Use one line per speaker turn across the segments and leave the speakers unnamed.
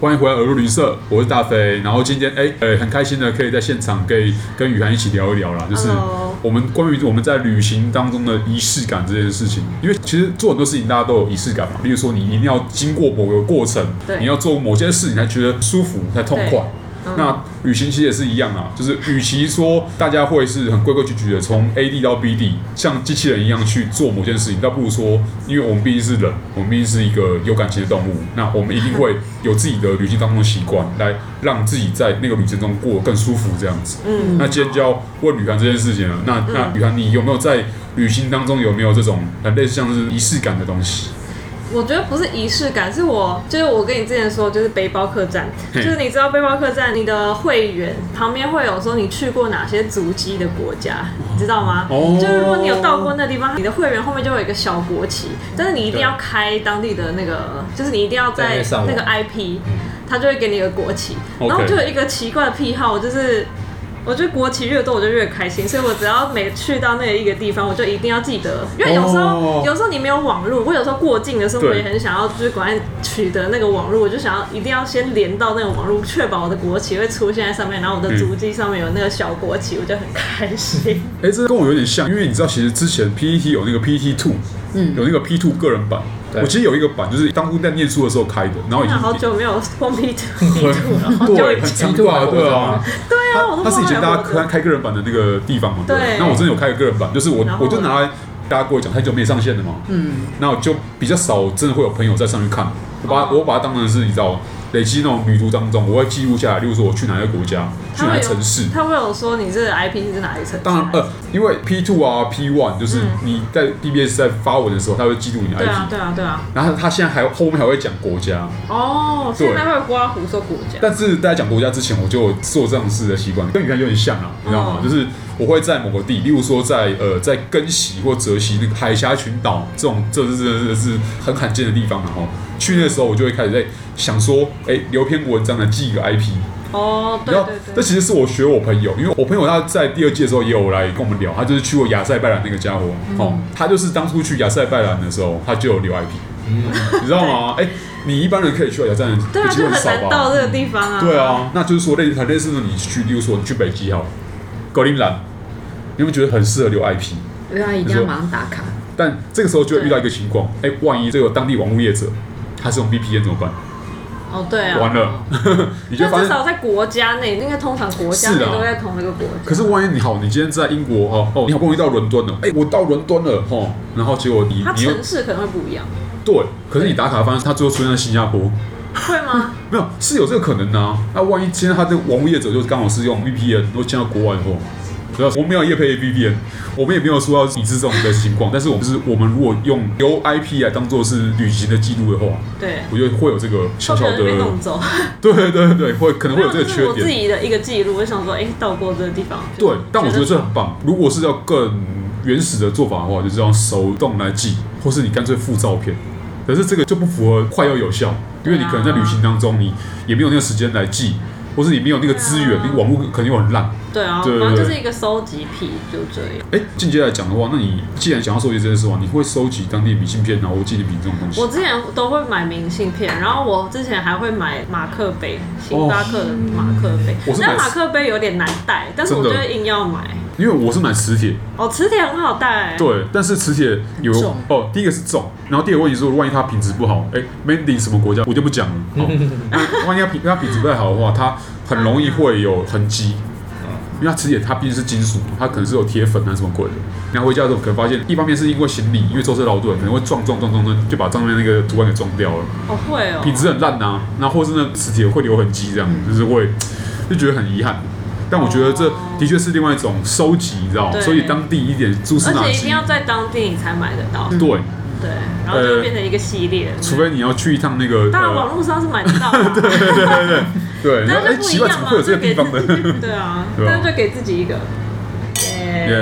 欢迎回来耳朵旅社，我是大飞。然后今天哎呃很开心的可以在现场可以跟雨涵一起聊一聊啦，就是
Hello
我们关于我们在旅行当中的仪式感这件事情，因为其实做很多事情大家都有仪式感嘛，例如说你一定要经过某个过程，
对
你要做某件事你才觉得舒服才痛
对
快。那旅行其实也是一样啊，就是与其说大家会是很规规矩矩的从 A 地到 B 地，像机器人一样去做某件事情，倒不如说，因为我们毕竟是人，我们毕竟是一个有感情的动物，那我们一定会有自己的旅行当中的习惯，来让自己在那个旅程中过得更舒服这样子。
嗯，
那今天就要问吕涵这件事情了。那那吕涵，你有没有在旅行当中有没有这种很类似像是仪式感的东西？
我觉得不是仪式感，是我就是我跟你之前说，就是背包客栈，
嘿
就是你知道背包客栈，你的会员旁边会有说你去过哪些足迹的国家，你知道吗？
哦
就是如果你有到过那地方，你的会员后面就有一个小国旗，但是你一定要开当地的那个，就是你一定要
在
在
那上
那
网
个 IP，他就会给你一个国旗。
OK
然后我就有一个奇怪的癖好，我就是。我觉得国旗越多，我就越开心，所以我只要每去到那一个地方，我就一定要记得，因为有时候、
哦
有有时候你没有网络，我有时候过境的时候，
对
我也很想要，就是赶快取得那个网络，我就想要一定要先连到那个网络，确保我的国旗会出现在上面，然后我的
嗯
足迹上面有那个小国旗，我就很开心。
哎、这跟我有点像，因为你知道，其实之前 PPT 有那个 PPT Two，嗯，有那个 P Two 个人版。
对
我其实有一个版，就是当初在念书的时候开的，然 后已
那
经
好久没有碰 P 图 P 图了，好久
对，
以
很
前。
长对啊，对啊。
对啊，我都
它
忘
是以前大家
了。
开开个人版的那个地方嘛，啊
对
那我真的有开个个人版，就是我
然后
我就拿来大家跟我讲，太久没上线了嘛，嗯，那我就比较少，真的会有朋友在上面看，我把它我把它当成是你知道，累积那种旅途当中，我会记录下来，例如说我去哪个国家，去
他
哪
会
个
有
城市。
他会有说你这 IP 是哪一城市？
当然，呃，因为 P two 啊 P one 就是你在 BBS 在发文的时候，它会记录你的
对
IP，、
啊，对啊，对啊。
然后它现在还后面还会讲国家，
哦，
对
现在会刮胡说国家。
但是在讲国家之前，我就有做这样事的习惯，跟你看有点像啊，你知道吗？
嗯
就是我会在某个地，例如说在呃在根溪或泽西那个海峡群岛这种，这是这是是很罕见的地方啊，然后去那时候我就会开始在想说，哎、留篇文章来记一个 IP。
哦，对
然后
对对。
这其实是我学我朋友，因为我朋友他在第二季的时候也有来跟我们聊，他就是去过亚塞拜然那个家伙、
嗯
哦，他就是当初去亚塞拜然的时候，他就有留 IP，、你知道 吗？哎、你一般人可以去到亚塞拜然
对啊，
的机
就
会
很
少
难
吧？
到这个地方啊。
对啊，那就是说类似很类似的，你去，例如说你去北极好了，格陵兰，你有没有觉得很适合留 IP？
对啊，一定要马上打卡。
但这个时候就会遇到一个情况，哎、万一这个当地网络业者他是用 VPN 怎么办？
哦，对啊。
完了， 你就
就
发
至
现。
少在国家内，应该通常国家内
是啊
都在同一个国家。
可是万一你好，你今天在英国哦哦，你好不容易到伦敦了，哎、我到伦敦了哦，然后结果你
它
你又
城市可能会不一样，
对，可是你打卡发现他最后出现在新加坡，
会 吗？
没有是有这个可能啊。那万一今天他的网络业者就是刚好是用 VPN，都进到国外以后，主要我们没有业配 VPN，我们也没有说要抵制这种的情况，但是我们就是我们如果用由 IP 来当做是旅行的记录的话，
对，
我觉得会有这个小
会
小
可
的
能，被弄走。
对对对对，会可能
没
会有
有，
这 个
这是
缺
我自
点，
己的一个记录，我想说，哎，到过这个地方。就
对，但我觉得这
觉
很棒。如果是要更原始的做法的话，就是要手动来记，或是你干脆附照片。可是这个就不符合快要有效，因为你可能在
啊
旅行当中，你也没有那个时间来记，或是你没有那个资源，
对啊
你网络可能又很烂。
对啊，
对对
反
对
正就是一个收集癖，就这样。
哎，进阶来讲的话，那你既然想要收集这件事的话，你会收集当地明信片，然啊后纪念品这种东西
我。之前都会买明信片，然后我之前还会买马克杯，星巴克的马克杯
哦我。是买
那马克杯有点难带，但是我
真
就
的
会硬要买。
因为我是买磁铁，
哦，磁铁很好带。
对，但是磁铁有
很重
哦，第一个是重，然后第二个问题是，万一它品质不好，哎，Mandy 什么国家我就不讲了。 好，那万一它品它品质不太好的话，它很容易会有痕迹。因为它磁铁它毕竟是金属，它可能是有铁粉啊什么鬼的。然后回家的时候可能发现，一方面是因为行李，因为舟车劳顿，可能会撞撞撞撞撞，就把上面那个图案给撞掉了，
哦会哦。
品质很烂呐、啊那或是那磁铁会留痕迹，这样就是会就觉得很遗憾。但我觉得这的确是另外一种收集，你知道吗？
对
所以当地一点蛛丝
而
马
且一
迹
定。要在当地你才买得到。
对，
对，然后就会变成一个系列。
呃除非你要去一趟那个，
当然网
呃、
络上是买得 到的，
对，然后哎，
但是不一
奇怪，怎
样
么
嘛，
会有这个地方
就给自
的？
己对啊，
对啊
但是就给自己一个。耶
耶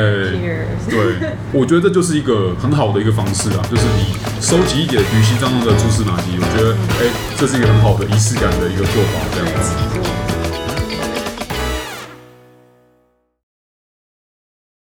Cheers！
对， 我觉得这就是一个很好的一个方式啊， 就是你收集一点旅行当中的蛛丝马迹，我觉得哎，这是一个很好的仪式感的一个做法，这样子。
对